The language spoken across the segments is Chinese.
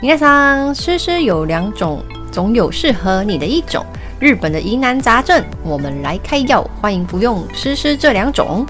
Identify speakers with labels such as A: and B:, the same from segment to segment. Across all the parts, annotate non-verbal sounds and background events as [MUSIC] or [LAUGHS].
A: 皆さん，诗诗有两种，总有适合你的一种。日本的疑难杂症，我们来开药，欢迎服用诗诗这两种。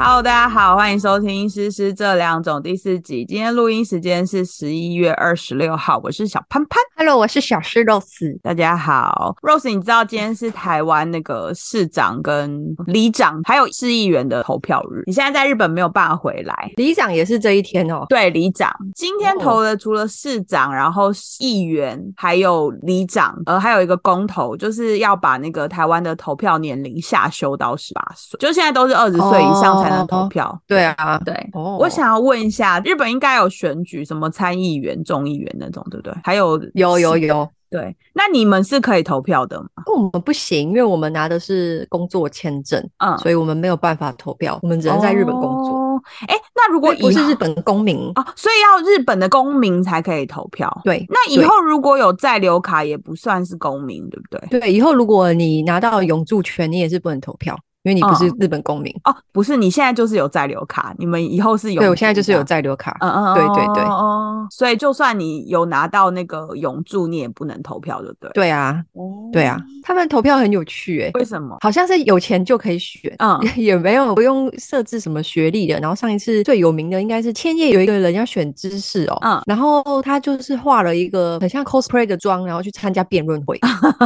B: Hello，大家好，欢迎收听《诗诗这两种》第四集。今天录音时间是十一月二十六号，我是小潘潘。
A: Hello，我是小诗 Rose。
B: 大家好，Rose，你知道今天是台湾那个市长跟里长还有市议员的投票日，你现在在日本没有办法回来。
A: 里长也是这一天哦。
B: 对，里长今天投的除了市长，然后议员，还有里长，呃，还有一个公投，就是要把那个台湾的投票年龄下修到十八岁，就现在都是二十岁以上才能投票。
A: 对啊，
B: 对，
A: 哦
B: 我想要问一下，日本应该有选举什么参议员、众议员那种，对不对？还有
A: 有有有，
B: 对，那你们是可以投票的吗？
A: 我们不行，因为我们拿的是工作签证，
B: 嗯，
A: 所以我们没有办法投票，我们只能在日本工作。
B: 作。哎、那如
A: 不
B: 果
A: 哦不是
B: 以后
A: 日本公民，
B: 哦，所以要日本的公民才可以投票。
A: 对
B: 那以
A: 对
B: 后如果有在留卡，也不算是公民，对不对？
A: 对，以后如果你拿到永住权，你也是不能投票，因为你不是
B: 嗯
A: 日本公民。
B: 哦，不是，你现在就是有在留卡，你们以后是有。
A: 对我啊现在就是有。在留卡，
B: 嗯嗯，嗯
A: 对对对
B: 嗯嗯嗯所以就算你有拿到那个永住，你也不能投票，对不对？
A: 对啊，
B: 对
A: 对啊，，他们投票很有趣诶、欸
B: 为什么？
A: 好像是有钱就可以选，
B: 嗯
A: [LAUGHS] 也没有不用设置什么学历的。然后上一次最有名的应该是千叶有一个人要选知识哦，
B: 嗯
A: 然后他就是画了一个很像 cosplay 的妆，然后去参加辩论
B: [LAUGHS]
A: 会。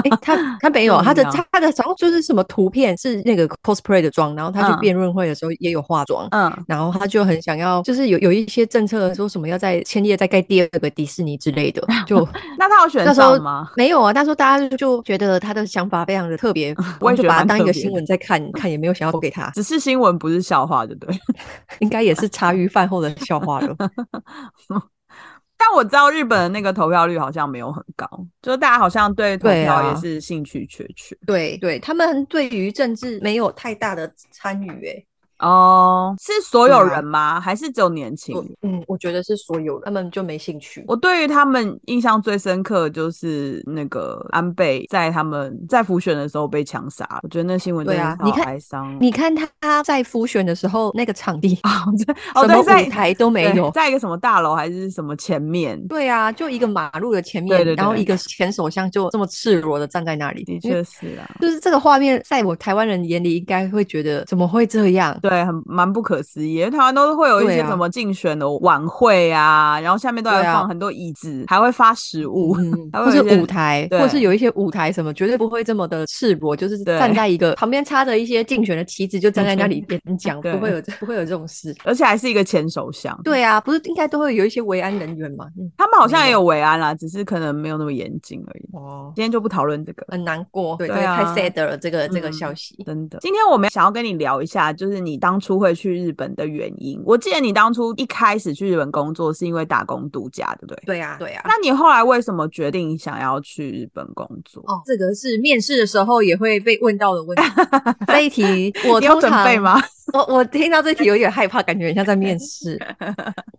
A: 诶，他他没有，
B: 莫名
A: 他
B: 哦
A: 的
B: 其妙
A: 他的好像就是什么图片是那个 cosplay 的妆，然后他去
B: 嗯
A: 辩论会的时候也有化妆。
B: 嗯，
A: 然后他就很想要，就是有有一些政策说什么要在千叶再盖第二个迪士尼之类的，就
B: [LAUGHS] 那他有选
A: 那时候
B: 上吗？，
A: 没有啊，那时候大家就就觉得他的想法非常的特别
B: [LAUGHS]
A: 我
B: 我
A: 们
B: 也觉
A: 就
B: 得
A: 把它
B: 蛮
A: 当
B: 特
A: 一个
B: 别
A: 新
B: 的
A: 闻在看，
B: [LAUGHS]
A: 看也没有想要投给他，
B: 只是新闻不是笑话，对不对？
A: 应该也是茶余饭后的笑话了。
B: [LAUGHS] 但我知道日本的那个投票率好像没有很高，就大家好像对投
A: 对
B: 票
A: 啊
B: 也是兴趣缺缺。
A: [LAUGHS] 对对，他们对于政治没有太大的参与、欸，
B: 哦、是所有
A: 对啊
B: 人吗？还是只有年轻人？
A: 嗯，我觉得是所有人他们就没兴趣。
B: 我对于他们印象最深刻的就是那个安倍在他们在浮选的时候被枪杀，我觉得那新闻真
A: 对
B: 的
A: 啊
B: 好
A: 你看
B: 哀伤哦。
A: 你看他在浮选的时候，那个场地
B: 哦，
A: 什么
B: 对，在
A: 舞台都没
B: 对
A: 有。
B: 在一个什么大楼还是什么前面，
A: 对啊，就一个马路的前面，
B: 对对
A: 然后
B: 对
A: 一个前首相就这么赤裸的站在那里，
B: 的
A: 因为
B: 确是啊，
A: 就是这个画面，在我台湾人眼里应该会觉得怎么会这样？
B: 对，很蛮不可思议，因为台湾都是会有一
A: 对
B: 些
A: 啊
B: 什么竞选的晚会啊，然后下面都还
A: 对啊
B: 放很多椅子，还会发食物。
A: [LAUGHS] 嗯，
B: 还会
A: 或是
B: 有一些
A: 舞台，
B: 对
A: 或是有一些舞台什么，绝对不会这么的赤裸，就是
B: 对
A: 站在一个旁边插着一些竞选的旗子，就站在那里边讲，
B: 对
A: 不会有这不会有这种事。
B: [LAUGHS] 而且还是一个前首相，
A: 对啊，不是应该都会有一些维安人员嘛？嗯，
B: 他们好像
A: 没
B: 也
A: 有
B: 有维安啦，只是可能没有那么严谨而已。
A: 哦，
B: 今天就不讨论这个，
A: 很难过，对
B: 对
A: 对，太
B: 啊
A: sad 了，这个这个
B: 嗯
A: 消息。
B: 真的。今天我们想要跟你聊一下，就是你当初会去日本的原因。我记得你当初一开始去日本工作是因为打工度假，对不对？
A: 对啊，对啊
B: 那。你后来为什么决定想要去日本工作？
A: 哦，这个是面试的时候也会被问到的问题。 [LAUGHS] 这一题 [LAUGHS] 我
B: 你有
A: 通
B: 准
A: 常
B: 备吗？ [LAUGHS]
A: 我我听到这题有点害怕，感觉很像在面 [LAUGHS] 试。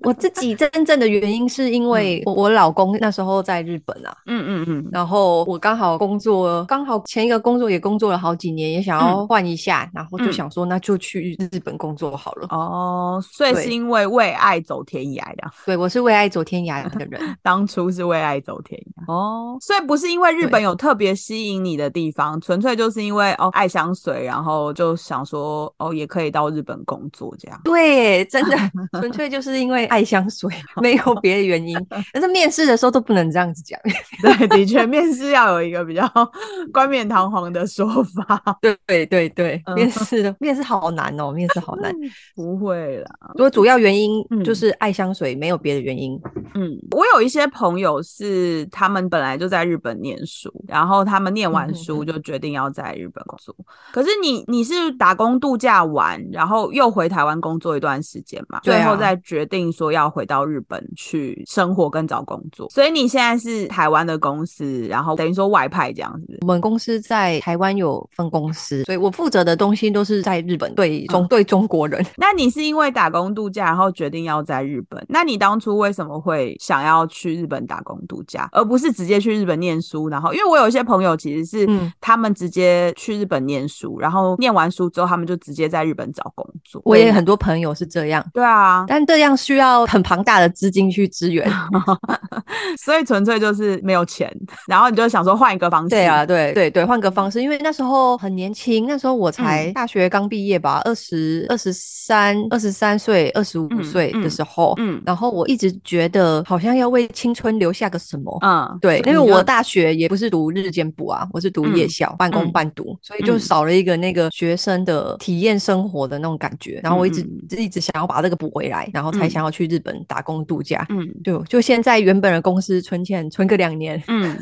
A: 我自己真正的原因是因为我我老公那时候在日本啊，
B: 嗯嗯嗯，
A: 然后我刚好工作，刚好前一个工作也工作了好几年，也
B: 嗯
A: 想要换一下，然后就想说那就去日本工作好了。
B: 哦，所以
A: 对
B: 是因为为爱走天涯的，
A: 对我是为爱走天涯的人，
B: 当初是为爱走天涯 [LAUGHS] 哦，所以不是因为日本有特别吸引你的地方，纯粹就是因为哦爱相随，然后就想说哦也可以到日本工作这样。 [LAUGHS]
A: 对，真的纯粹就是因为爱相随，没有别的
B: [LAUGHS]
A: 原因。但是面试的时候都不能这样子讲。 [LAUGHS]
B: 对，的确，面试要有一个比较 [LAUGHS] 冠冕堂皇的说法。 [LAUGHS]
A: 对对对，
B: 嗯
A: 面试的面试好难哦，面试好难。
B: 不会啦，
A: 我主要原因
B: 嗯
A: 就是爱香水，没有别的原因。
B: 嗯，我有一些朋友是他们本来就在日本念书，然后他们念
A: 嗯
B: 完书就决定要在日本工作。可是你你是打工度假完，然后又回台湾工作一段时间嘛，
A: 对啊
B: 最后再决定说要回到日本去生活跟找工作。所以你现在是台湾的公司，然后等于说外派这样子。
A: 我们公司在台湾有分公司，所以我负责的东西都是在日本对
B: 嗯
A: 中、对中国人。
B: 那你是因为打工度假，然后决定要在日本？那你当初为什么会想要去日本打工度假，而不是直接去日本念书？然后，因为我有一些朋友其实是
A: 嗯
B: 他们直接去日本念书，然后念完书之后，他们就直接在日本找工作。
A: 我也很多朋友是这样，
B: 对啊，
A: 但这样需要很庞大的资金去支援。
B: 所以纯粹就是没有钱，然后你就想说换一个方式。
A: 对啊，对对对，换个方式，因为那时候很年轻，那时候我才
B: 嗯
A: 大学刚毕业吧，二十二十三、二十三岁、二十五岁的时候，
B: 嗯
A: 然后我一直觉得好像要为青春留下个什么。
B: 嗯，
A: 对，
B: 所
A: 因
B: 以
A: 为
B: 你就
A: 我大学也不是读日间部啊，我是读夜
B: 嗯
A: 校，半工
B: 嗯
A: 半读，所以就
B: 嗯
A: 少了一个那个学生的体验生活的那种感觉。然后我一直
B: 嗯嗯
A: 一直想要把这个补回来，然后才
B: 嗯
A: 想要去日本打工度假。
B: 嗯
A: 就就现在原本的公司存钱存个两
B: [LAUGHS]
A: 年，
B: 嗯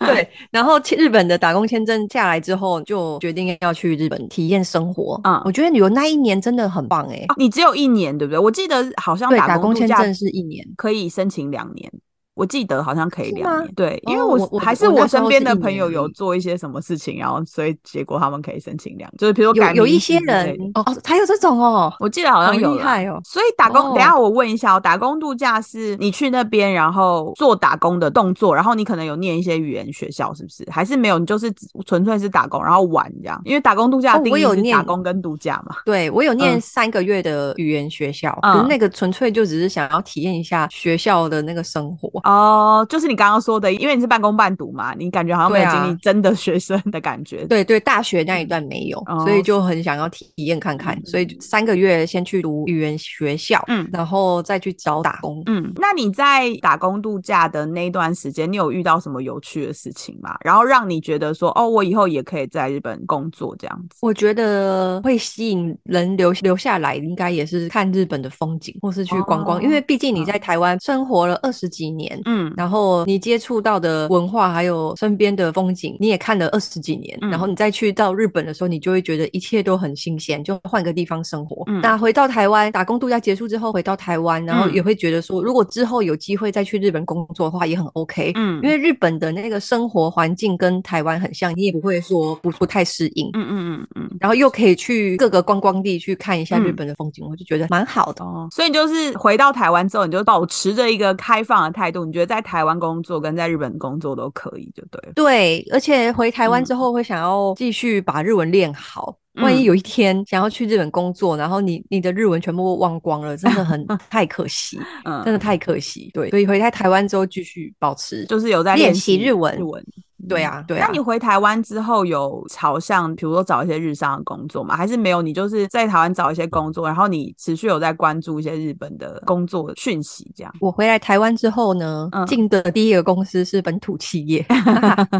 A: 对，然后去日本的打工签证下来之后，就决定要去日本体验生活。
B: 嗯
A: 我觉得旅游那一年真的很棒哎、欸
B: 哦你只有一年，对不对？我记得好像
A: 对，打工
B: 工度
A: 签
B: 假
A: 证是一年。
B: 可以申请两年，我记得好像可以
A: 是
B: 两
A: 吗
B: 年。对，因为
A: 哦
B: 我
A: 我我
B: 还是
A: 我那时
B: 身
A: 候
B: 边
A: 是
B: 的
A: 一
B: 朋友
A: 年
B: 有
A: 而已
B: 做一些什么事情，然后所以结果他们可以申请两，就是比如说
A: 有
B: 改
A: 有一
B: 名
A: 些
B: 字之
A: 人
B: 类的
A: 哦哦，还有这种哦，
B: 我记得 [LAUGHS] 好像
A: 好
B: 有
A: 厉
B: 啦
A: 害哦
B: 所以打工，等一下
A: 哦
B: 我问一下、哦，打工度假是你去那边，然后做打工的动作，然后你可能有念一些语言学校，是不是？还是没有？你就是只纯粹是打工，然后玩这样？因为打工度假
A: 哦
B: 的定
A: 我
B: 义
A: 有
B: 是打
A: 念
B: 工跟度假嘛。
A: 对我有念
B: 嗯
A: 三个月的语言学校，可是
B: 嗯
A: 那个纯粹就只是想要体验一下学校的那个生活。
B: 哦，就是你刚刚说的，因为你是半工半读嘛，你感觉好像没有
A: 对
B: 经
A: 啊
B: 历真的学生的感觉。
A: 对对，大学那一段没有，
B: 哦
A: 所以就很想要体验看看，所以就三个月先去读语言学校，
B: 嗯
A: 然后再去找打工。
B: 嗯，那你在打工度假的那段时间，你有遇到什么有趣的事情吗？然后让你觉得说，哦，我以后也可以在日本工作这样子。
A: 我觉得会吸引人留留下来，应该也是看日本的风景，或是去观光，因为
B: 哦
A: 毕竟你在台湾生活了二十几年，
B: 嗯
A: 然后你接触到的文化，还有身边的风景，你也看了二十几年，
B: 嗯
A: 然后你再去到日本的时候，你就会觉得一切都很新鲜，就换个地方生活。
B: 嗯
A: 那回到台湾打工度假结束之后，回到台湾，然后
B: 嗯
A: 也会觉得说，如果之后有机会再去日本工作的话，也很 OK，、
B: 嗯
A: 因为日本的那个生活环境跟台湾很像，你也不会说不不太适应。
B: 嗯嗯嗯嗯，
A: 然后又可以去各个观光地去看一下日
B: 嗯
A: 本的风景，我就觉得蛮好的。
B: 哦，所以你就是回到台湾之后，你就保持着一个开放的态度，你觉得在台湾工作跟在日本工作都可以，就对了。
A: 对，而且回台湾
B: 嗯
A: 之后会想要继续把日文练好。万一
B: 嗯
A: 有一天想要去日本工作，然后你你的日文全部忘光了，真的
B: [LAUGHS]
A: 很太可惜，真
B: 嗯，
A: 的太可惜。对，所以回来台湾之后继续保持。
B: 就是有在
A: 练
B: 习
A: 习日文
B: 日文。
A: 对
B: 嗯。
A: 啊，对
B: 那
A: 啊
B: 你。回台湾之后有朝向，比如说找一些日商的工作吗？还是没有？你就是在台湾找一些工作，然后你持续有在关注一些日本的工作讯息，这样。
A: 我回来台湾之后呢
B: 嗯，
A: 进的第一个公司是本土企
B: [LAUGHS]
A: 业，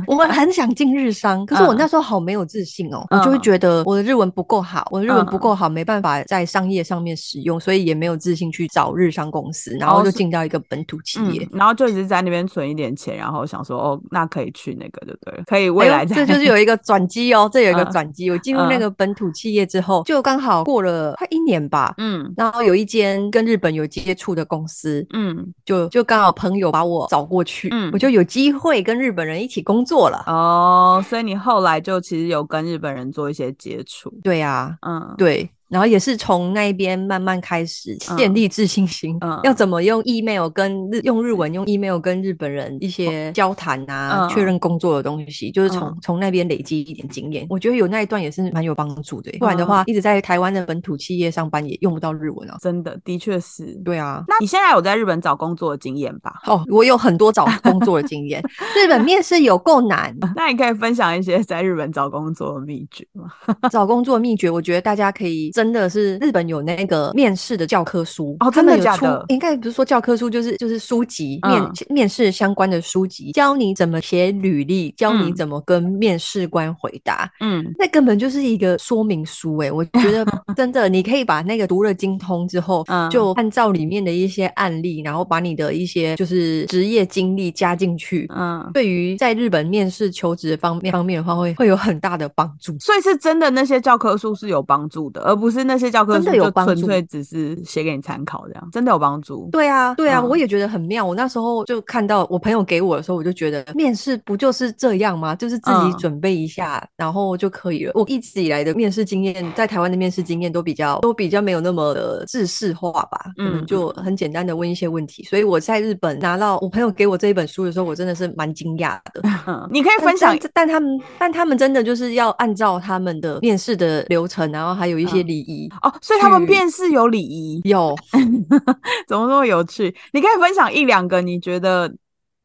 A: 我们很想进日商，可是我
B: 嗯
A: 那时候好没有自信哦，我就会
B: 嗯
A: 觉得我的日文不够好，我的日文不
B: 嗯
A: 够好，没办法在商业上面使用，所以也没有自信去找日商公司，然后
B: 哦
A: 就是进到一个本土企
B: 嗯
A: 业，。
B: 然后就一直在那边存一点钱，然后想说，哦，那可以去那个，对不对了？可以
A: 哎
B: 未
A: 呦，
B: 来再、
A: 这就是有一个转机哦，这有一个
B: 嗯
A: 转机。我进入那
B: 嗯
A: 个本土企业之后，就刚好过了快一年吧。
B: [LAUGHS] 嗯
A: 然后有一间跟日本有接触的公司，
B: 嗯
A: 就就刚好朋友把我找过去，
B: 嗯
A: 我就有机会跟日本人一起工作了。
B: 哦，所以你后来就其实有跟日本人做一些接触，
A: 对啊，
B: 嗯，
A: 对，然后也是从那边慢慢开始建
B: 嗯
A: 立自信心，
B: 嗯
A: 要怎么用 email 跟日用日文用 email 跟日本人一些交谈啊，
B: 哦嗯
A: 确认工作的东西，就是从
B: 嗯
A: 从那边累积一点经验。我觉得有那一段也是蛮有帮助的欸，不然
B: 嗯
A: 的话，一直在台湾的本土企业上班也用不到日文啊。
B: 真的的确是。
A: 对啊。
B: 那你现在有在日本找工作的经验吧？
A: 哦，我有很多找工作的经验，日本面试有够难，
B: 那你可以分享一些在日本找工作的秘诀吗？
A: 找工作秘诀，我觉得大家可以真的是日本有那个面试的教科书
B: 哦
A: 他
B: 真的
A: 们有
B: 假
A: 出
B: 的
A: 应该不是说教科书，就是就是书籍面、
B: 嗯
A: 面试相关的书籍，教你怎么写履历，教你
B: 嗯
A: 怎么跟面试官回答。
B: 嗯
A: 那根本就是一个说明书欸诶、我觉
B: [LAUGHS]
A: 得真的，你可以把那个读了精通之后，
B: 嗯
A: 就按照里面的一些案例，然后把你的一些就是职业经历加进去，
B: 嗯，
A: 对于在日本面试求职方面方面的话，会会有很大的帮助。
B: 所以是真的那些教科书是有帮助的，而不是那些教科
A: 真
B: 书
A: 的有
B: 就
A: 帮
B: 纯
A: 助
B: 粹只是写给你参考这样，真的有帮助。
A: 对啊，对啊，我
B: 嗯
A: 也觉得很妙。我那时候就看到我朋友给我的时候，我就觉得面试不就是这样吗？就是自己
B: 嗯
A: 准备一下，然后就可以了。我一直以来的面试经验，在台湾的面试经验都比较都比较没有那么的制式化吧，可
B: 嗯
A: 能就很简单的问一些问题。所以我在日本拿到我朋友给我这一本书的时候，我真的是蛮惊讶的。
B: 嗯，你可以
A: 呃但
B: [LAUGHS] 分享
A: 但，但他们但他们真的就是要按照他们的面试的流程，然后还有一些
B: 嗯
A: 礼仪。
B: 哦，所以他们
A: 去
B: 辨识有礼仪，
A: 有，
B: 怎么这么有趣？你可以分享一两个你觉得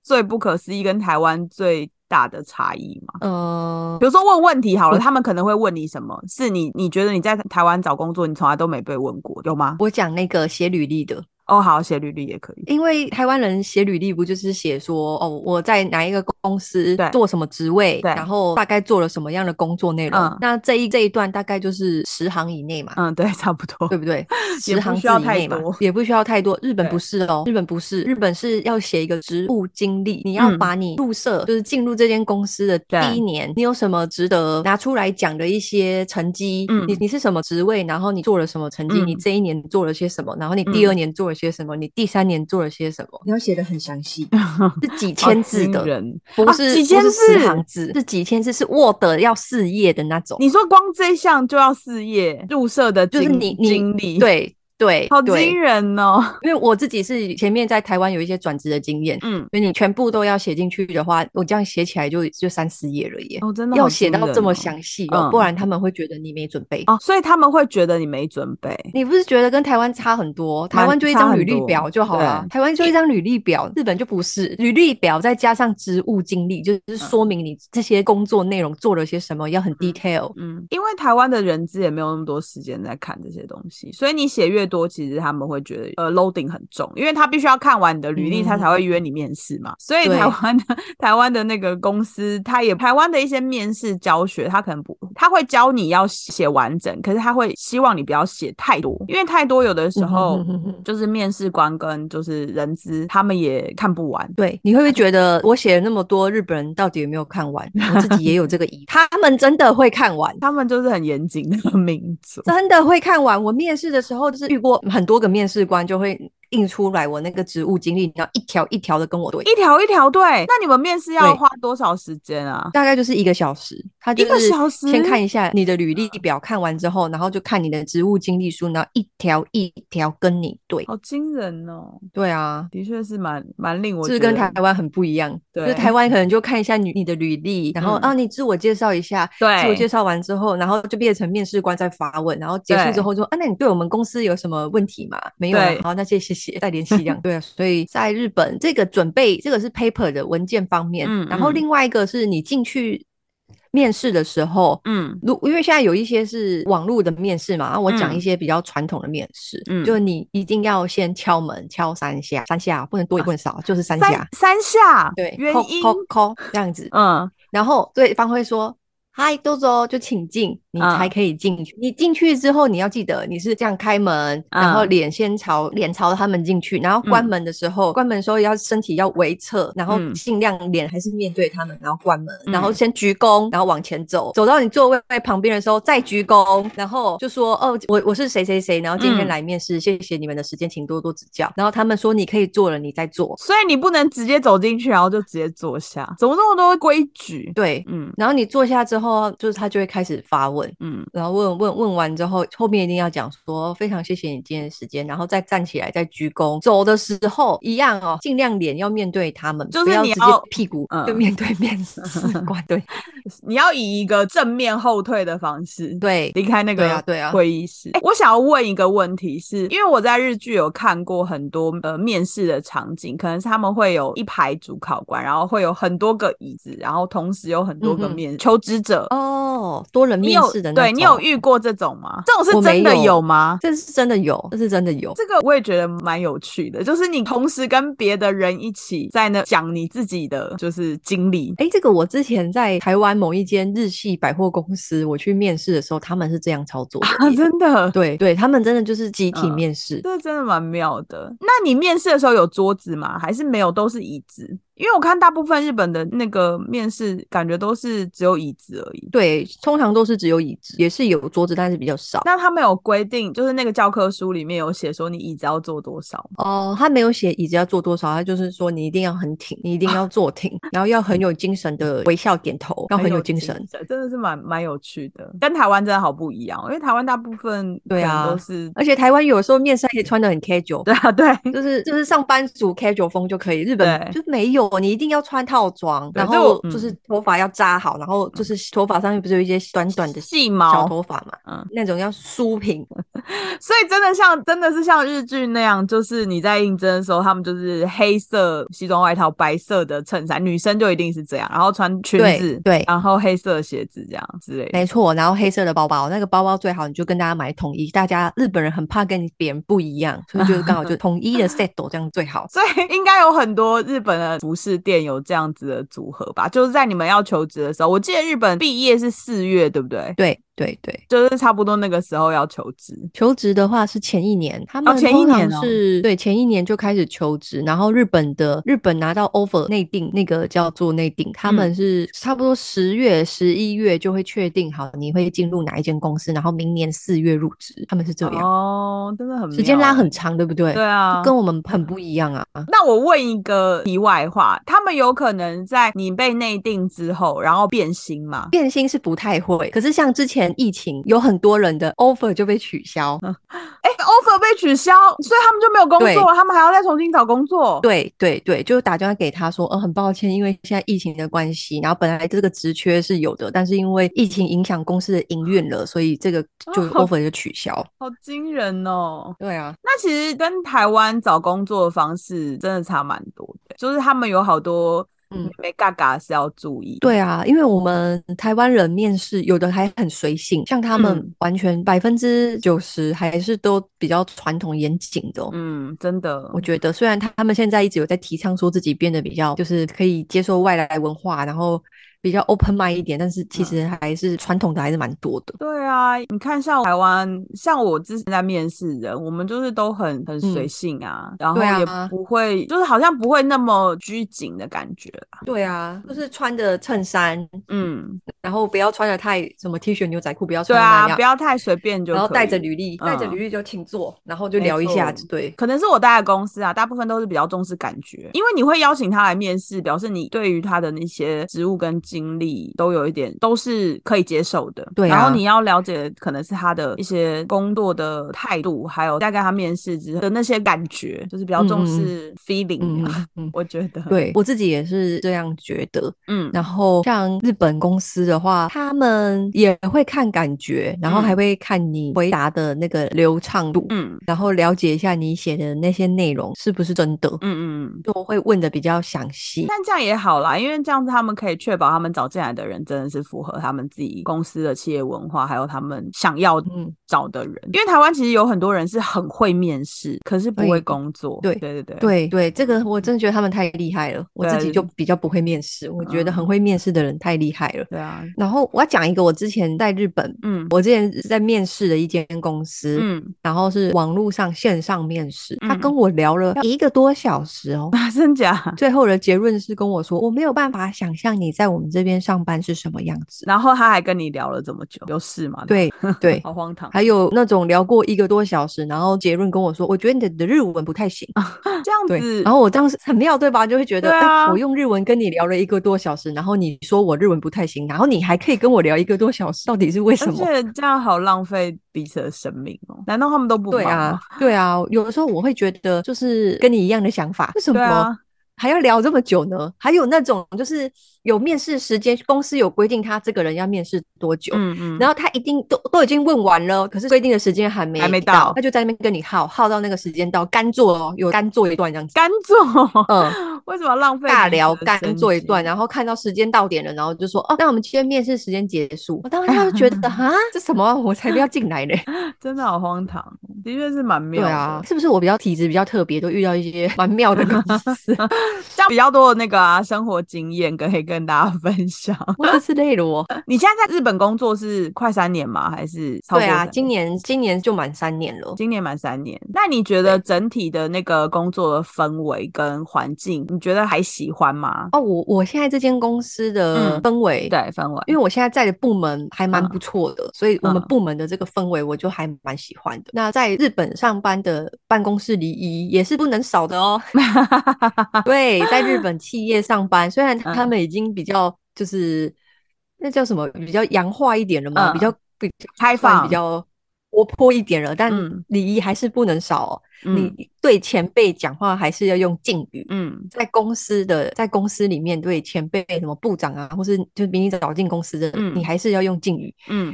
B: 最不可思议跟台湾最大的差异吗？
A: 呃
B: 比，如说问问题好了，他们可能会问你什么？是你你觉得你在台湾找工作，你从来都没被问过，有吗？
A: 我讲那个写履历的，
B: 哦，好，写履历也可以。
A: 因为台湾人写履历不就是写说哦，我在哪一个公司
B: 对
A: 做什么职位，
B: 对
A: 然后大概做了什么样的工作内容
B: 嗯？
A: 那这一这一段大概就是十行以内嘛。
B: 嗯，对，差不多
A: 对。不对？十
B: 也不
A: 行
B: 需
A: 字
B: 要
A: 以
B: 太
A: 内嘛
B: 多，
A: 也不需要太多。日本
B: 对
A: 不是哦，日本不是，日本是要写一个职务经历，你要
B: 嗯
A: 把你入社，就是进入这间公司的第
B: 对
A: 一年，你有什么值得拿出来讲的一些成绩？
B: 嗯
A: 你你是什么职位？然后你做了什么成绩？
B: 嗯
A: 你这一年做了些什么？然后你第二年做了些什么？你第三年做了些什么？你要写的很详
B: [LAUGHS]
A: 细，是几
B: 好
A: 千字
B: 惊
A: 的。
B: 人，
A: 不
B: 啊
A: 是、
B: 几千
A: 不是
B: 字
A: 十行字，是几千字，是 Word 要四页的那种。
B: 你说光这一项就要四页入社的
A: 就是
B: 经
A: 你你
B: 经历，，
A: 对对，
B: 好
A: 对
B: 惊人哦。
A: 因为我自己是前面在台湾有一些转职的经验，
B: 嗯，
A: 所以你全部都要写进去的话，我这样写起来就就三四页了耶，
B: 哦，真的
A: 要
B: 好
A: 写
B: 惊
A: 到
B: 人
A: 这么
B: 哦
A: 详细哦，
B: 嗯
A: 不然他们会觉得你没准备。
B: 哦，所以他们会觉得你没准备。
A: 你不是觉得跟台湾差很多？台
B: 蛮
A: 湾就一
B: 差
A: 张
B: 很
A: 履历
B: 多
A: 表就好了
B: 对，
A: 台湾就一张履历表，日本就不是履历表，再加上职务经历，就是说明你这些工作内容做了些什么，要很 detail。
B: 嗯嗯，因为台湾的人资也没有那么多时间在看这些东西，所以你写越多，其实他们会觉得呃 loading 很重，因为他必须要看完你的履历，他才会约你面试嘛。所以
A: 嗯对
B: 台湾的台湾的那个公司，他也台湾的一些面试教学，他可能不他会教你要写完整，可是他会希望你不要写太多，因为太多有
A: 嗯
B: 的时候。就是面试官跟就是人资，他们也看不完，
A: 对，你会不会觉得我写了那么多，日本人到底有没有看完？我自己也有这个
B: [LAUGHS]
A: 疑，他们真的会看完。
B: 他们就是很严谨的 [LAUGHS] 民族。
A: 真的会看完。我面试的时候就是遇过很多个面试官，就会印出来我那个职务经历，然后一条一条的跟我对，
B: 一条一条对，那你们面试要
A: 对
B: 花多少时间啊？
A: 大概就是一个小时。他就
B: 一个
A: 是
B: 小时
A: 先看一下你的履历表，看完之后，然后就看你的职务经历书，然后一条一条跟你对。
B: 好惊人哦！
A: 对啊。
B: 的确是蛮蛮令我
A: 这
B: 觉
A: 跟
B: 得
A: 台湾很不一样，就是
B: 对
A: 台湾可能就看一下你你的履历，然后、
B: 嗯
A: 啊你自我介绍一下，自我介
B: 对
A: 绍完之后，然后就变成面试官在发问，然后结束之
B: 对
A: 后说啊，那你对我们公司有什么问题吗？没有啊
B: 对，
A: 好，那谢谢谢，再联系这
B: [LAUGHS]
A: 样。对啊，所以在日本这个准备，这个是 paper 的文件方面，
B: 嗯
A: 然后
B: 嗯
A: 另外一个是你进去面试的时候。
B: 嗯
A: 如因为现在有一些是网络的面试嘛，啊，我讲一
B: 嗯
A: 些比较传统的面试，
B: 嗯
A: 就是你一定要先敲门敲三下，三下不能多也不能少，就是三下，
B: 啊三下
A: 对，
B: 原
A: 叩
B: 因
A: 叩叩这样子，
B: 嗯
A: 然后对方会说：“嗨，豆豆，就请进，你
B: 嗯
A: 才可以进去。你进去之后，你要记得你是这样开门，然后
B: 嗯
A: 脸先朝脸朝他们进去，然后关
B: 嗯
A: 门的时候，关门的时候要身体要微侧，然后
B: 嗯
A: 尽量脸还是面对他们，然后关门，然后
B: 嗯
A: 先鞠躬，然后往前走，走到你座位旁边的时候再鞠躬，然后就说：哦，我我是谁谁谁，然后今天
B: 嗯
A: 来面试，谢谢你们的时间，请多多指教。然后他们说你可以做了，你再做。
B: 所以你不能直接走进去，然后就直接坐下，怎么那么多规矩？
A: 对，
B: 嗯
A: 然后你坐下之后，就是他就会开始发问。”
B: 嗯
A: 然后问问问完之后，后面一定要讲说非常谢谢你今天的时间，然后再站起来再鞠躬。走的时候一样哦，尽量脸要面对他们，
B: 就是
A: 不要
B: 你
A: 直接
B: 要
A: 屁股
B: 嗯
A: 就面对面
B: [LAUGHS]
A: 试官。对
B: 你要以一个正面后退的方式，
A: 对
B: 离开那
A: 对啊
B: 个
A: 对啊，
B: 会议室。诶我想要问一个问题是，因为我在日剧有看过很多呃面试的场景，可能是他们会有一排主考官，然后会有很多个椅子，然后同时有很多个
A: 嗯嗯
B: 面、求职者。
A: 哦，多人
B: 你
A: 面
B: 有
A: 试的那
B: 对你有
A: 种
B: 遇过这种吗？这种
A: 我
B: 是
A: 没
B: 真的
A: 有
B: 有吗？
A: 这是真的有，这是真的有。
B: 这个我也觉得蛮有趣的，就是你同时跟别的人一起在那讲你自己的就是经历，
A: 哎，这个我之前在台湾某一间日系百货公司，我去面试的时候，他们是这样操作的
B: 啊，
A: 耶。
B: 真的，
A: 对对，他们真的就是集体
B: 嗯
A: 面试。
B: 这真的蛮妙的。那你面试的时候有桌子吗？还是没有，都是椅子？因为我看大部分日本的那个面试，感觉都是只有椅子而已。
A: 对，通常都是只有椅子，也是有桌子，但是比较少。
B: 那他们有规定，就是那个教科书里面有写说你椅子要坐多少吗？
A: 哦，他没有写椅子要坐多少，他就是说你一定要很挺，你一定
B: [LAUGHS]
A: 要坐挺，然后要很有精神的微笑点头，要很有精神。
B: 真的是蛮蛮有趣的，跟台湾真的好不一样。因为台湾大部分
A: 对啊
B: 可能都是
A: 而且台湾有时候面试还可以穿的很 casual，
B: 对啊对，
A: 就是就是上班族 casual 风就可以，日本
B: 对
A: 就没有作，你一定要穿套装，
B: 对
A: 然
B: 这
A: 后
B: 我嗯嗯
A: 就是头发要扎好，然后就是头发上面不是有一些短短的
B: 细
A: 小
B: 毛，
A: 头发嘛，
B: 嗯
A: 那种要梳平，
B: 所以真的像真的是像日剧那样，就是你在应征的时候，他们就是黑色西装外套、白色的衬衫，女生就一定是这样，然后穿裙
A: 对
B: 子，
A: 对
B: 然后黑色的鞋子这样之类的。
A: 没错。然后黑色的包包，那个包包最好你就跟大家买统一，大家日本人很怕跟别人不一样，所以就刚好
B: [LAUGHS]
A: 就统一的 set 这样最好。
B: 所以应该有很多日本的服饰店有这样子的组合吧？就是在你们要求职的时候，我记得日本毕业是四月，对不对？
A: 对对对，
B: 就是差不多那个时候要求职。
A: 求职的话是前一年，他们
B: 前一
A: 通常
B: 年哦
A: 是、对前一年就开始求职，然后日本的日本拿到 offer 内定，那个叫做内定，他
B: 嗯
A: 们是差不多十月、十一月就会确定好你会进入哪一间公司，然后明年四月入职，他们是这样，
B: 哦，真的很
A: 啊时间拉
B: 妙
A: 很长，对不对？
B: 对啊，
A: 就跟我们很不一样啊。
B: 那我问一个题外话，他们有可能在你被内定之后，然后变心吗？
A: 变心是不太会，可是像之前疫情，有很多人的 offer 就被取消，
B: 哎、o f f e r 被取消，所以他们就没有工作了，他们还要再重新找工作。
A: 对对对，就打电话给他说，呃，很抱歉，因为现在疫情的关系，然后本来这个职缺是有的，但是因为疫情影响公司的营运了，所以这个就
B: 哦
A: offer 就取消。
B: 好惊人哦！
A: 对啊，
B: 那其实跟台湾找工作的方式真的差蛮多的，就是他们有好多
A: 嗯
B: 没嘎嘎是要注意。
A: 对啊，因为我们台湾人面试有的还很随性，像他们
B: 嗯
A: 完全百分之九十还是都比较传统严谨的、哦。
B: 嗯，真的，
A: 我觉得虽然他们现在一直有在提倡说自己变得比较就是可以接受外来文化，然后比较 open mind 一点，但是其
B: 嗯
A: 实还是传统的还是蛮多的。
B: 对啊，你看像台湾，像我之前在面试人，我们就是都很很随
A: 嗯
B: 性啊，然后
A: 对啊
B: 也不会，就是好像不会那么拘谨的感觉啦。
A: 对啊，就是穿着衬衫，
B: 嗯，
A: 然后不要穿的太什么 T 恤、牛仔裤，不要
B: 对
A: 穿的那
B: 啊，
A: 样，
B: 不要太随便就
A: 然后
B: 可
A: 带着
B: 以
A: 履历，
B: 嗯
A: 带着履历就请坐，然后就
B: 没
A: 聊一下，
B: 错
A: 对。
B: 可能是我待的公司啊，大部分都是比较重视感觉，因为你会邀请他来面试，表示你对于他的那些职务跟经历都有一点都是可以接受的。
A: 对啊
B: 然后你要了解可能是他的一些工作的态度，还有大概他面试之后的那些感觉，就是比较重视 feeling
A: 嗯
B: 啊，
A: 嗯嗯，
B: [LAUGHS] 我觉得。，
A: 对我自己也是这样觉得。
B: 嗯，
A: 然后像日本公司的话，他们也会看感觉，然后还
B: 嗯
A: 会看你回答的那个流畅度，
B: 嗯
A: 然后了解一下你写的那些内容是不是真的，
B: 嗯嗯嗯。
A: 就会问的比较详细。
B: 但这样也好啦，因为这样子他们可以确保他们找进来的人真的是符合他们自己公司的企业文化，还有他们想要
A: 嗯
B: 找的人。因为台湾其实有很多人是很会面试，可是不会
A: 对
B: 工作。
A: 对
B: 对对对
A: 对对，这个我真的觉得他们太厉害了，我自己
B: 对
A: 就比较不会面试，我觉得很
B: 嗯
A: 会面试的人太厉害了。
B: 对啊，
A: 然后我要讲一个我之前在日本，
B: 嗯
A: 我之前在面试的一间公司，
B: 嗯， [LAUGHS]
A: 然后是网络上线上面试，他
B: 嗯
A: 跟我聊了一个多小时哦。
B: 啊，真假？
A: [LAUGHS] 最后的结论是跟我说，我没有办法想象你在我们这边上班是什么样子。
B: 然后他还跟你聊了这么久，有事吗？， [LAUGHS]
A: 对对，
B: 好荒唐。 [LAUGHS]
A: 还有那种聊过一个多小时，然后结论跟我说，我觉得你的你的日文不太行。
B: 这样
A: 对，
B: 子，
A: 然后我当时很妙，对吧？就会觉得，
B: 对
A: 哎、
B: 啊
A: 我用日文跟你聊了一个多小时，然后你说我日文不太行，然后你还可以跟我聊一个多小时，到底是为什
B: 而
A: 么？
B: 且这样好浪费彼此的生命哦。难道他们都不忙
A: 对啊
B: 吗？，
A: 对啊，有的时候我会觉得，就是跟你一样的想法，为什
B: 对
A: 么
B: 啊，
A: 还要聊这么久呢？还有那种就是有面试时间，公司有规定他这个人要面试多久，
B: 嗯嗯，
A: 然后他一定都都已经问完了，可是规定的时间还没
B: 还没到
A: 到，他就在那边跟你耗耗到那个时间到，干坐哦，有干坐一段这样子，
B: 干坐，
A: 嗯，
B: [LAUGHS] 为什么要浪费
A: 尬
B: 彼此
A: 聊
B: 的
A: 干
B: 生
A: 坐一
B: 机
A: 段，然后看到时间到点了，然后就说哦，那我们今天面试时间结束。哦我当时就觉得啊，这什么啊，我才不要进来 [LAUGHS] 嘞！
B: 真的好荒唐，哦的确是蛮妙
A: 对
B: 的。
A: 啊，是不是我比较体质比较特别，都遇到一些蛮妙的公 [LAUGHS] 司
B: 这样比较多的那个啊生活经验可以跟大家分享。
A: 或者之类的 [LAUGHS] 哦。
B: 你现在在日本工作是快三年吗？还是超过
A: 对啊，
B: 三
A: 今年今年就满三年了。
B: 今年满三年？那你觉得整体的那个工作的氛围跟环境，你觉得还喜欢吗？
A: 哦，我我现在这间公司的
B: 嗯
A: 氛围，
B: 对，氛围，
A: 因为我现在在的部门还蛮
B: 嗯
A: 不错的，所以我们
B: 嗯
A: 部门的这个氛围我就还蛮喜欢的。那在日本上班的办公室礼仪也是不能少的哦。对，在日
B: [LAUGHS]
A: 本企业上班，虽然他
B: 嗯
A: 们已经比较就是那叫什么比较洋化一点了嘛，比
B: 嗯
A: 较比较
B: 开
A: 算
B: 放
A: 比较活泼一点了，但
B: 嗯
A: 礼仪还是不能少哦。
B: 嗯
A: 你对前辈讲话还是要用敬语。
B: 嗯
A: 在公司的，在公司里面对前辈什么部长啊，或是就比你早进公司的，
B: 嗯
A: 你还是要用敬语。
B: 嗯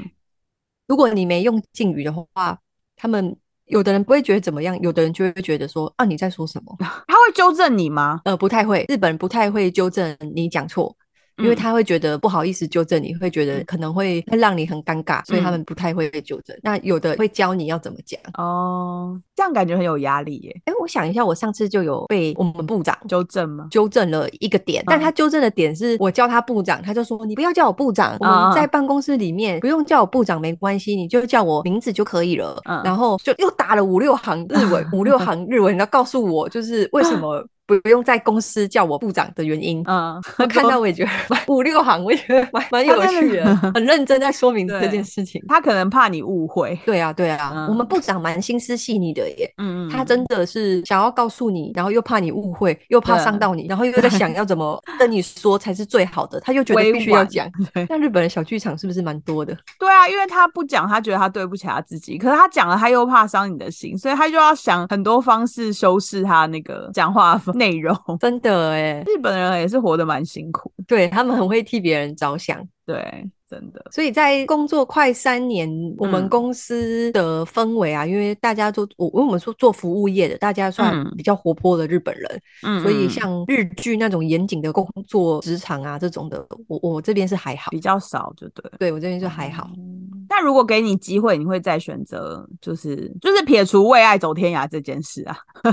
A: 如果你没用敬语的话，他们有的人不会觉得怎么样，有的人就会觉得说啊你在说什么？ [LAUGHS]
B: 他会纠正你吗？
A: 呃，不太会，日本人不太会纠正你讲错，因为
B: 嗯
A: 他会觉得不好意思纠正你，会觉得
B: 嗯
A: 可能会会让你很尴尬，所以他
B: 嗯
A: 们不太会被纠正。那有的会教你要怎么讲。
B: 哦，这样感觉很有压力耶，
A: 哎，我想一下，我上次就有被我们部长
B: 纠正吗？
A: 纠正了一个点，但
B: 嗯
A: 他纠正的点是我叫他部长，他就说你不要叫我部长，我
B: 嗯嗯
A: 们在办公室里面不用叫我部长没关系，你就叫我名字就可以了
B: 嗯。
A: 然后就又打了五六行日
B: [LAUGHS]
A: 文，五六行日文，然后告诉我就是为什么不用在公司叫我部长的原
B: [LAUGHS]
A: 因。
B: 嗯，
A: 我看到我也觉得蛮五六行，我也觉得蛮蛮有
B: 他真的
A: 趣
B: [LAUGHS]
A: 的，很认真在说明这
B: 对
A: 件事情。
B: 他可能怕你误会，
A: 对啊，对啊，
B: 嗯
A: 我们部长蛮心思细腻的耶。
B: 嗯
A: 他真的是想要告诉你，然后又怕你误会，又怕
B: 啊
A: 伤到你，然后又在想要怎
B: [LAUGHS]
A: 么跟你说才是最好的，他又觉得
B: 委
A: 必须要
B: 婉 [LAUGHS]
A: 讲。
B: 对
A: 那日本的小剧场是不是蛮多的？
B: 对啊，因为他不讲，他觉得他对不起他自己，可是他讲了，他又怕伤你的心，所以他就要想很多方式修饰他那个讲话的内容。
A: 真的哎，
B: 日本人也是活得蛮辛苦，
A: 对他们很会替别人着想，
B: 对，真的，
A: 所以在工作快三年，我
B: 嗯
A: 们公司的氛围啊，因为大家都我因为我们说做服务业的，大家算
B: 嗯
A: 比较活泼的日本人，
B: 嗯
A: 所以
B: 嗯
A: 像日剧那种严谨的工作职场啊这种的，我我这边是还好，
B: 比较少，就对了，
A: 对我这边就还好。
B: 嗯。那如果给你机会，你会再选择，就是就是撇除为爱走天涯这件事啊， [LAUGHS]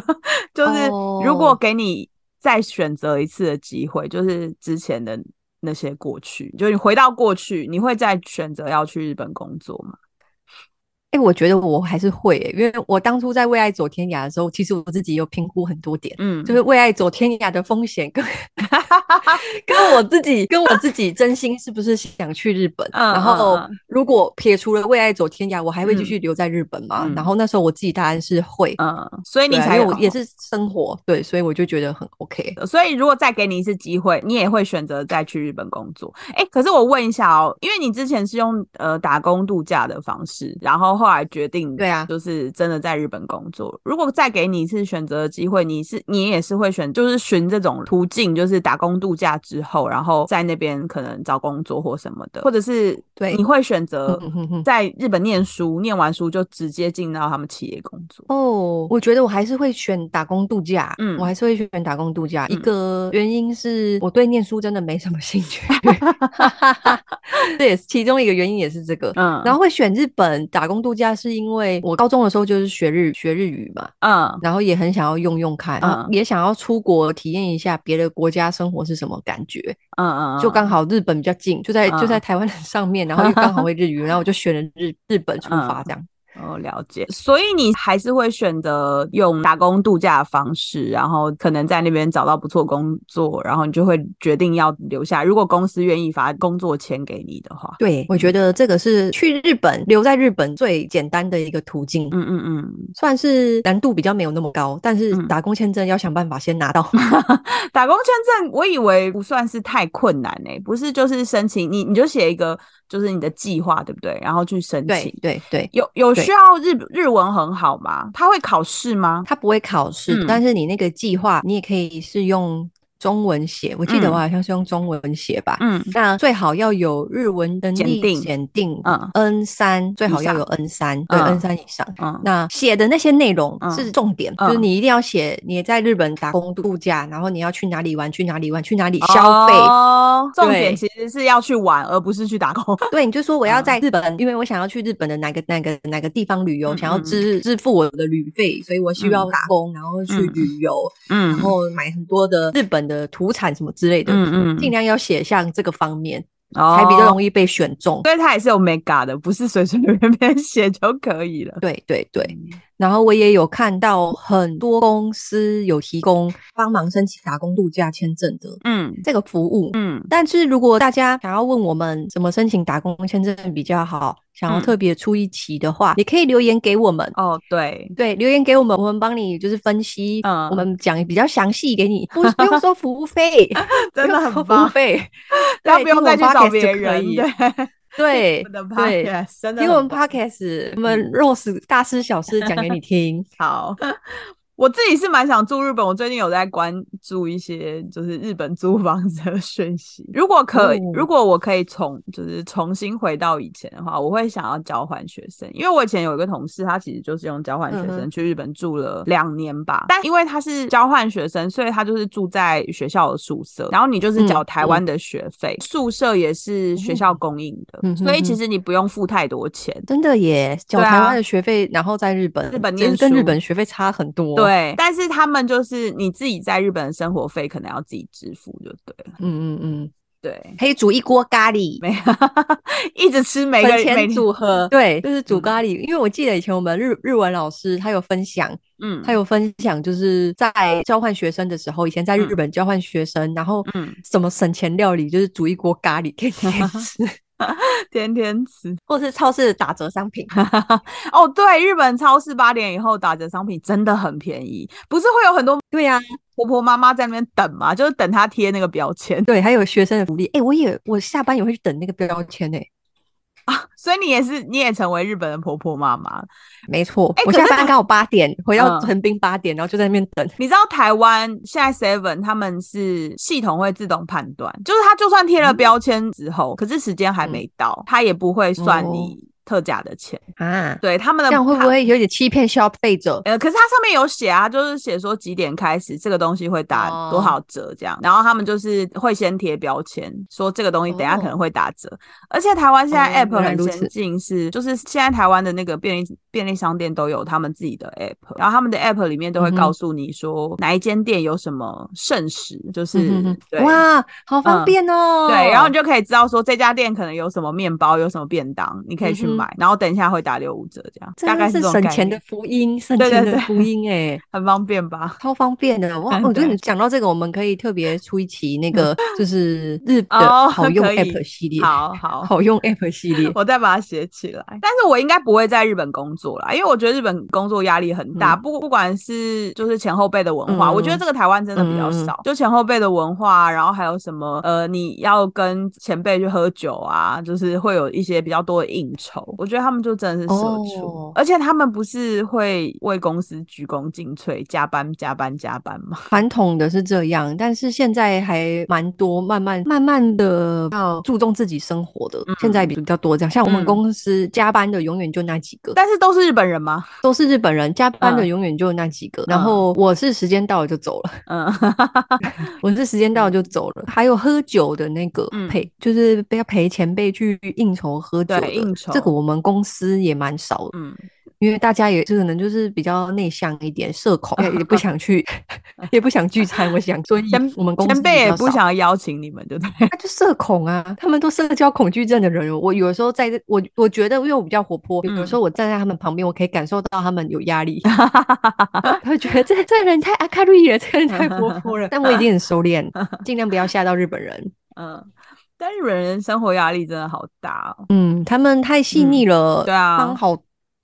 B: 就是如果
A: 哦
B: 给你再选择一次的机会，就是之前的那些过去，就是你回到过去，你会再选择要去日本工作吗？
A: 哎、我觉得我还是会、欸，因为我当初在为爱走天涯的时候，其实我自己有评估很多点，
B: 嗯，
A: 就是为爱走天涯的风险跟跟我自己跟我自己真心是不是想去日本，
B: 嗯
A: 然后
B: 嗯嗯
A: 如果撇除了为爱走天涯，我还会继
B: 嗯
A: 续留在日本吗？
B: 嗯
A: 然后那时候我自己答案是会，
B: 嗯，所以你
A: 对啊
B: 才
A: 因为
B: 有
A: 我也是生活，对，所以我就觉得很 OK。
B: 所以，如果再给你一次机会，你也会选择再去日本工作。哎、可是我问一下哦，因为你之前是用呃打工度假的方式，然后后来决定
A: 对啊
B: 就是真的在日本工作。如果再给你一次选择的机会，你是你也是会选，就是循这种途径，就是打工度假之后，然后在那边可能找工作或什么的，或者是
A: 对
B: 你会选择
A: 嗯哼哼
B: 在日本念书，念完书就直接进到他们企业工作。
A: 哦，我觉得我还是会选打工度假，
B: 嗯
A: 我还是会选打工度假。一
B: 嗯
A: 个原因是我对念书真的没什么兴趣， [LAUGHS] 这也是其中一个原因，也是这个。
B: 嗯，
A: 然后会选日本打工度假，是因为我高中的时候就是学日学日语嘛，
B: 嗯
A: 然后也很想要用用看，然后
B: 嗯
A: 也想要出国体验一下别的国家生活是什么感觉。
B: 嗯嗯，
A: 就刚
B: 好
A: 好日本比较近，就在就在
B: 嗯
A: 台湾的 [LAUGHS] 上面，然后又刚好会日语，然后我就选了日日本出发
B: 嗯
A: 这样。
B: 哦，了解。所以你还是会选择用打工度假的方式，然后可能在那边找到不错工作，然后你就会决定要留下。如果公司愿意发工作签给你的话，
A: 对，我觉得这个是去日本留在日本最简单的一个途径，
B: 嗯嗯嗯，
A: 算是难度比较没有那么高，但是
B: 嗯
A: 打工签证要想办法先拿到。
B: [LAUGHS] 打工签证我以为不算是太困难诶、不是就是申请你你就写一个就是你的计划对不对？然后去申
A: 对
B: 请。
A: 对对，
B: 有有
A: 对
B: 需要日日文很好吗？他会考试吗？
A: 他不会考试，
B: 嗯
A: 但是你那个计划你也可以是用中文写，我记得
B: 嗯
A: 我好像是用中文写吧。
B: 嗯
A: 那最好要有日文能
B: 检
A: 力
B: 定
A: 检定
B: 嗯
A: N 三，最
B: 以
A: 好要
B: 上
A: 有 N 三，对
B: 嗯
A: N 三以上。
B: 嗯
A: 那写的那些内容
B: 嗯
A: 是重点，
B: 嗯
A: 就是你一定要写你在日本打工度假，然后你要去哪里玩，去哪里玩，去哪里消费。
B: 哦，重点
A: 对
B: 其实是要去玩，而不是去打工。
A: 对，你就说我要
B: 嗯
A: 在日本，因为我想要去日本的哪个哪个哪个地方旅游，
B: 嗯
A: 想要
B: 嗯
A: 支支付我的旅费，所以我需要
B: 嗯
A: 打工，然后去
B: 嗯
A: 旅游，
B: 嗯
A: 然后买很多的日本的土产什么之类的，
B: 嗯嗯，哦
A: 尽量要写像这个方面，
B: 量
A: 才比较
B: 易。
A: 容易被选中。
B: 所以它也是有 mega 的，不是随随便 [LAUGHS] 便写就可以了。
A: 对对对，然后我也有看到很多公司有提供帮忙申请打工度假签证的
B: 嗯
A: 这个服务。
B: 嗯
A: 但是如果大家想要问我们怎么申请打工签证比较好，想要
B: 嗯
A: 特别出一期的话，也可以留言给我们。
B: 哦，对，
A: 对，留言给我们，我们帮你就是分析，
B: 嗯
A: 我们讲比较详细给
B: [LAUGHS]
A: 你，不不用收服务费，
B: 真
A: 不
B: 的
A: 用收
B: 很
A: 服务
B: 棒， [LAUGHS]
A: 费，
B: 然后
A: 对
B: 不
A: 听
B: 用再
A: 我
B: 去
A: 们
B: 找
A: podcast 就
B: 别
A: 可
B: [LAUGHS] 人。
A: 以
B: 对，
A: 对
B: 我们的
A: 对
B: podcast 真的
A: 听我们
B: 很棒嗯
A: podcast，我们 Rose 大事小事讲给你
B: [LAUGHS]
A: 听。
B: 好，我自己是蛮想住日本，我最近有在关注一些就是日本租房子的讯息。如果可，
A: 哦
B: 如果我可以重就是重新回到以前的话，我会想要交换学生，因为我以前有一个同事，他其实就是用交换学
A: 嗯
B: 生
A: 哼
B: 去日本住了两年吧，但因为他是交换学生，所以他就是住在学校的宿舍，然后你就是
A: 嗯
B: 缴台湾的学费，宿舍也是学校供应的，
A: 嗯哼
B: 所以其
A: 哼
B: 实你不用付太多钱。
A: 真的耶，缴
B: 对啊
A: 台湾的学费，然后在日本，
B: 日本
A: 其实
B: 念
A: 跟日
B: 书
A: 本学费差很多。，
B: 对，但是他们就是你自己在日本的生活费可能要自己支付，就对了。
A: 嗯嗯嗯，
B: 对， [LAUGHS]
A: 可以煮一锅咖喱，
B: 没有一直吃每个
A: 本
B: 每
A: 钱
B: 天
A: 组合，对，就是煮
B: 嗯
A: 咖喱。因为我记得以前我们日日文老师他有分享，
B: 嗯，
A: 他有分享，就是在交换学生的时候，以前在日
B: 嗯
A: 本交换学生，然后
B: 嗯
A: 什么省钱料理，就是煮一锅咖喱
B: [LAUGHS]
A: 天天吃，
B: 天天吃
A: 或是超市的打折商
B: [LAUGHS]
A: 品。
B: 哦。对，日本超市八点以后打折商品真的很便宜，不是会有很多
A: 对啊呀、
B: 婆婆妈妈在那边等吗？就是等他贴那个标签， [LAUGHS]
A: 对，还有学生的福利。哎、我也我下班也会去等那个标签诶、
B: 所以你也是你也成为日本的婆婆妈妈。
A: 没错，
B: 诶
A: 我
B: 可
A: 下
B: 是
A: 班
B: 他
A: 刚好八点，回到
B: 嗯
A: 横滨八点，然后就在那边等。
B: 你知道台湾现在 Seven 他们是系统会自动判断，就是他就算贴
A: 嗯
B: 了标签之后，可是时间还没到，他也不会
A: 哦
B: 算你特价的钱。
A: 啊，
B: 对他们的
A: 这样会不
B: 它？
A: 会有点欺骗消费者？
B: 呃，可是它上面有写啊，就是写说几点开始这个东西会打
A: 哦
B: 多少折这样，然后他们就是会先贴标签，说这个东西等一下可能会打折。而且台湾现在
A: 哦原
B: App
A: 来
B: 很
A: 如
B: 先
A: 此
B: 进是，就是现在台湾的那个便利便利商店都有他们自己的 App，然后他们的 App 里面都会
A: 嗯哼
B: 告诉你说哪一间店有什么剩食，就是、
A: 嗯哼
B: 对
A: 哼哇，好方
B: 嗯
A: 便哦、
B: 对，然后你就可以知道说这家店可能有什么面包，有什么便当，你可以去
A: 嗯哼
B: 买，然后等一下会打六五折这样，
A: 这
B: 大概
A: 是
B: 这种
A: 省
B: 概
A: 钱的
B: 念，
A: 福音，省
B: 对
A: 钱
B: 对
A: 的
B: 对
A: 福音哎、
B: 很方便吧？
A: 超方便的哇！我觉得你讲到这个，我们可以特别出一期那
B: [LAUGHS]
A: 个就是日
B: 哦
A: 的好用
B: 可以
A: App 系列，
B: 好好。
A: 好用 App 系列。
B: [LAUGHS] 我再把它写起来，但是我应该不会在日本工作啦，因为我觉得日本工作压力很大，
A: 嗯
B: 不不管是就是前后辈的文化，我觉得
A: 嗯
B: 这个台湾真的比较
A: 嗯嗯
B: 少，就前后辈的文化，然后还有什么呃，你要跟前辈去喝酒啊，就是会有一些比较多的应酬，我觉得他们就真的是社畜，
A: 哦
B: 而且他们不是会为公司鞠躬尽瘁，加班加班加班吗？ [LAUGHS]
A: 传统的是这样，但是现在还蛮多，慢慢慢慢的要注重自己生活的，现在比比较多这样。像我们
B: 嗯
A: 公司加班的永远就那几个，
B: 但是都是日本人吗？ [LAUGHS]
A: 都是日本人，加班的
B: 嗯
A: 永远就那几个。
B: 嗯
A: 然后我是时间到了就走了，
B: 嗯， [LAUGHS]
A: 我是时间到了就走了。还有喝酒的那个
B: 嗯
A: 陪，就是要陪前辈去应酬喝酒
B: 对
A: 的，
B: 应
A: 这
B: 酬
A: 个我们公司也蛮少的。
B: 嗯，
A: 因为大家也就可能就是比较内向一点，社恐，
B: [LAUGHS]
A: 也也不想去， [LAUGHS] 也不想聚餐。我想，所以
B: 前
A: 我们公司
B: 前辈
A: 比
B: 也
A: 较
B: 不
A: 少
B: 想要邀请你们，对不对？
A: 他就社恐啊，他们都社交恐惧症的人。我有的时候在这，我我觉得，因为我比较活泼，有
B: 嗯
A: 的时候我站在他们旁边，我可以感受到他们有压
B: [LAUGHS]
A: 力，他会觉得这这人太阿卡瑞了，这个人太活泼
B: [LAUGHS]
A: 了。但我一定很收敛，尽量不要吓到日本人。
B: 嗯，但日本人生活压力真的好大哦。
A: 嗯，他们太细腻了，
B: 对啊
A: 刚好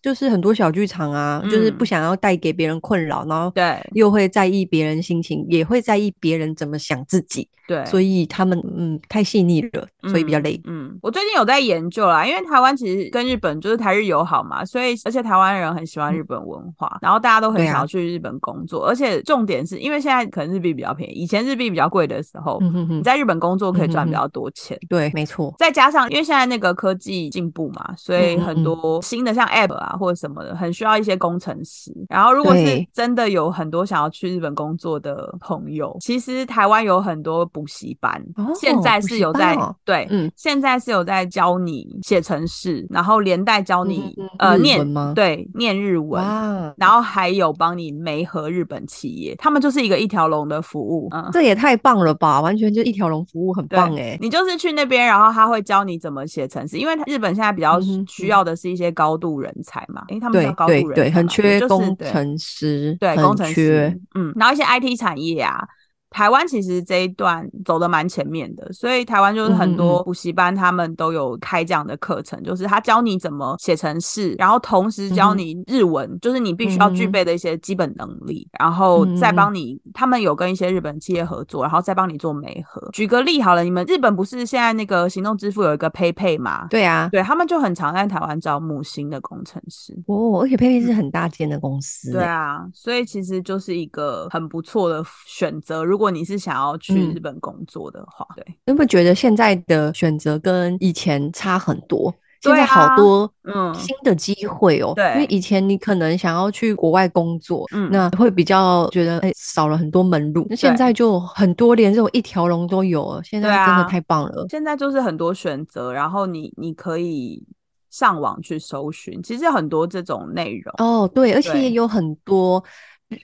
A: 就是很多小剧场啊，就是不
B: 嗯
A: 想要带给别人困扰，然后
B: 对
A: 又会在意别人心情，也会在意别人怎么想自己，
B: 对，
A: 所以他们嗯太细腻了，所以比较累。
B: 嗯。嗯，我最近有在研究啦，因为台湾其实跟日本就是台日友好嘛，所以而且台湾人很喜欢日本文化，然后大家都很
A: 嗯对啊
B: 想要去日本工作，而且重点是因为现在可能日币比较便宜，以前日币比较贵的时候，
A: 嗯哼哼
B: 你。在日本工作可以赚
A: 嗯
B: 比
A: 哼
B: 较多钱。
A: 对，没错。
B: 再加上，因为现在那个科技进步嘛，所以
A: 嗯嗯
B: 很多新的像 App 啊或者什么的，很需要一些工程师。然后，如果是
A: 对
B: 真的有很多想要去日本工作的朋友，其实台湾有很多补习班，
A: 哦
B: 现在
A: 补
B: 是
A: 习
B: 有
A: 班
B: 在
A: 哦
B: 对，
A: 嗯，
B: 现在是有在教你写程式，然后连带教你、
A: 嗯嗯嗯
B: 呃
A: 日
B: 念
A: 文吗
B: 对念日文。
A: 哇，
B: 然后还有帮你媒合日本企业，他们就是一个一条龙的服务。嗯，
A: 这也太棒了吧！完全就一条龙服务，很
B: 对
A: 棒哎。
B: 你就是去那边，然后他会教你怎么写程式，因为日本现在比较
A: 嗯哼
B: 需要的是一些高度人才嘛，诶，他们叫
A: 对
B: 高
A: 对
B: 度人才
A: 对，很
B: 嘛也
A: 缺
B: 就是
A: 工
B: 对
A: 程师，
B: 对
A: 很
B: 工程
A: 缺
B: 师，嗯，然后一些 IT 产业啊，台湾其实这一段走的蛮前面的，所以台湾就是
A: 嗯
B: 很多补习班他们都有开这样的课程，就是他教你怎么写程式，然后同时
A: 嗯
B: 教你日文，就是你必须要具备的一些基本能力，然后
A: 嗯
B: 再帮你，他们有跟一些日本企业合作，然后再帮你做媒合。举个例好了，你们日本不是现在那个行动支付有一个 PayPay 吗？
A: 对啊，
B: 对他们就很常在台湾招募新的工程师。
A: 哦，而且佩佩是很大间的公司、欸，
B: 嗯对啊，所以其实就是一个很不错的选择。如果你是想要去
A: 嗯
B: 日本工作的话，嗯、对，
A: 有没有觉得现在的选择跟以前差很多？现在
B: 啊
A: 好多嗯新的机会哦、
B: 喔啊嗯，
A: 对，因为以前你可能想要去国外工作，嗯，那会比较觉得哎、欸、少了很多门路。那现在就很多连这种一条龙都有了，现在真的太棒了。
B: 啊、现在就是很多选择，然后你你可以。上网去搜寻，其实很多这种内容
A: 哦，对，而且也有很多，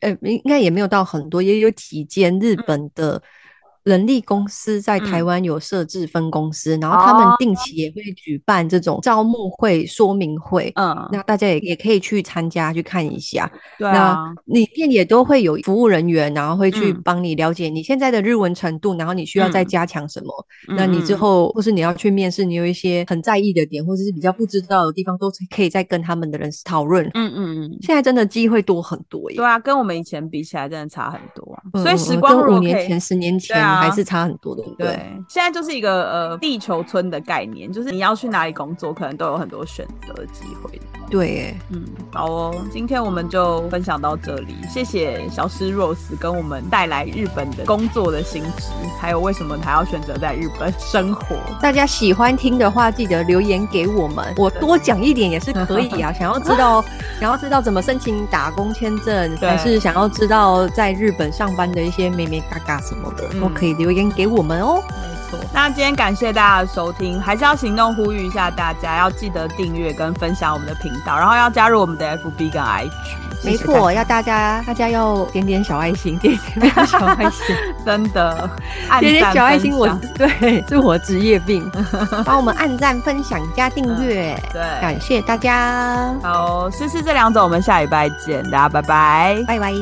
A: 呃，应该也没有到很多，也有几间日本的人力公司在台湾有设置分公司、嗯，然后他们定期也会举办这种招募会、说明会，嗯，那大家也也可以去参加去看一下，
B: 对、啊，
A: 那里面也都会有服务人员，然后会去帮你了解你现在的日文程度，然后你需要再加强什嗯么。嗯那你之后，或是你要去面试，你有一些很在意的点，或者是比较不知道的地方，都可以再跟他们的人讨论。
B: 嗯嗯嗯，
A: 现在真的机会多很多耶。
B: 对啊，跟我们以前比起来，真的差很多啊。
A: 嗯、
B: 所以时光
A: 跟五年前、十年前还是差很多的，对不
B: 对？现在就是一个呃地球村的概念，就是你要去哪里工作，可能都有很多选择的机会。
A: 对耶，
B: 嗯，好哦，今天我们就分享到这里，谢谢小诗 Rose 跟我们带来日本的工作的薪资，还有为什么他要选择在日本。生活，
A: 大家喜欢听的话，记得留言给我们，我多讲一点也是可以
B: [LAUGHS]
A: 啊。想要知道，想要知道怎么申请打工签证，还是想要知道在日本上班的一些美美嘎嘎什么的，嗯、都可以留言给我们哦。
B: 没错，那今天感谢大家的收听，还是要行动呼吁一下大家，要记得订阅跟分享我们的频道，然后要加入我们的 FB 跟 IG。
A: 没错，要大家大家要点点小爱心，点
B: [LAUGHS]
A: 点小爱心，
B: 真的，
A: 点
B: [LAUGHS]
A: 点小爱心我，我对是我职业病，帮我们按赞、分享、加订阅、
B: 嗯，对，
A: 感谢大家。
B: 好，试试这两种，我们下礼拜见，大家拜拜，
A: 拜拜。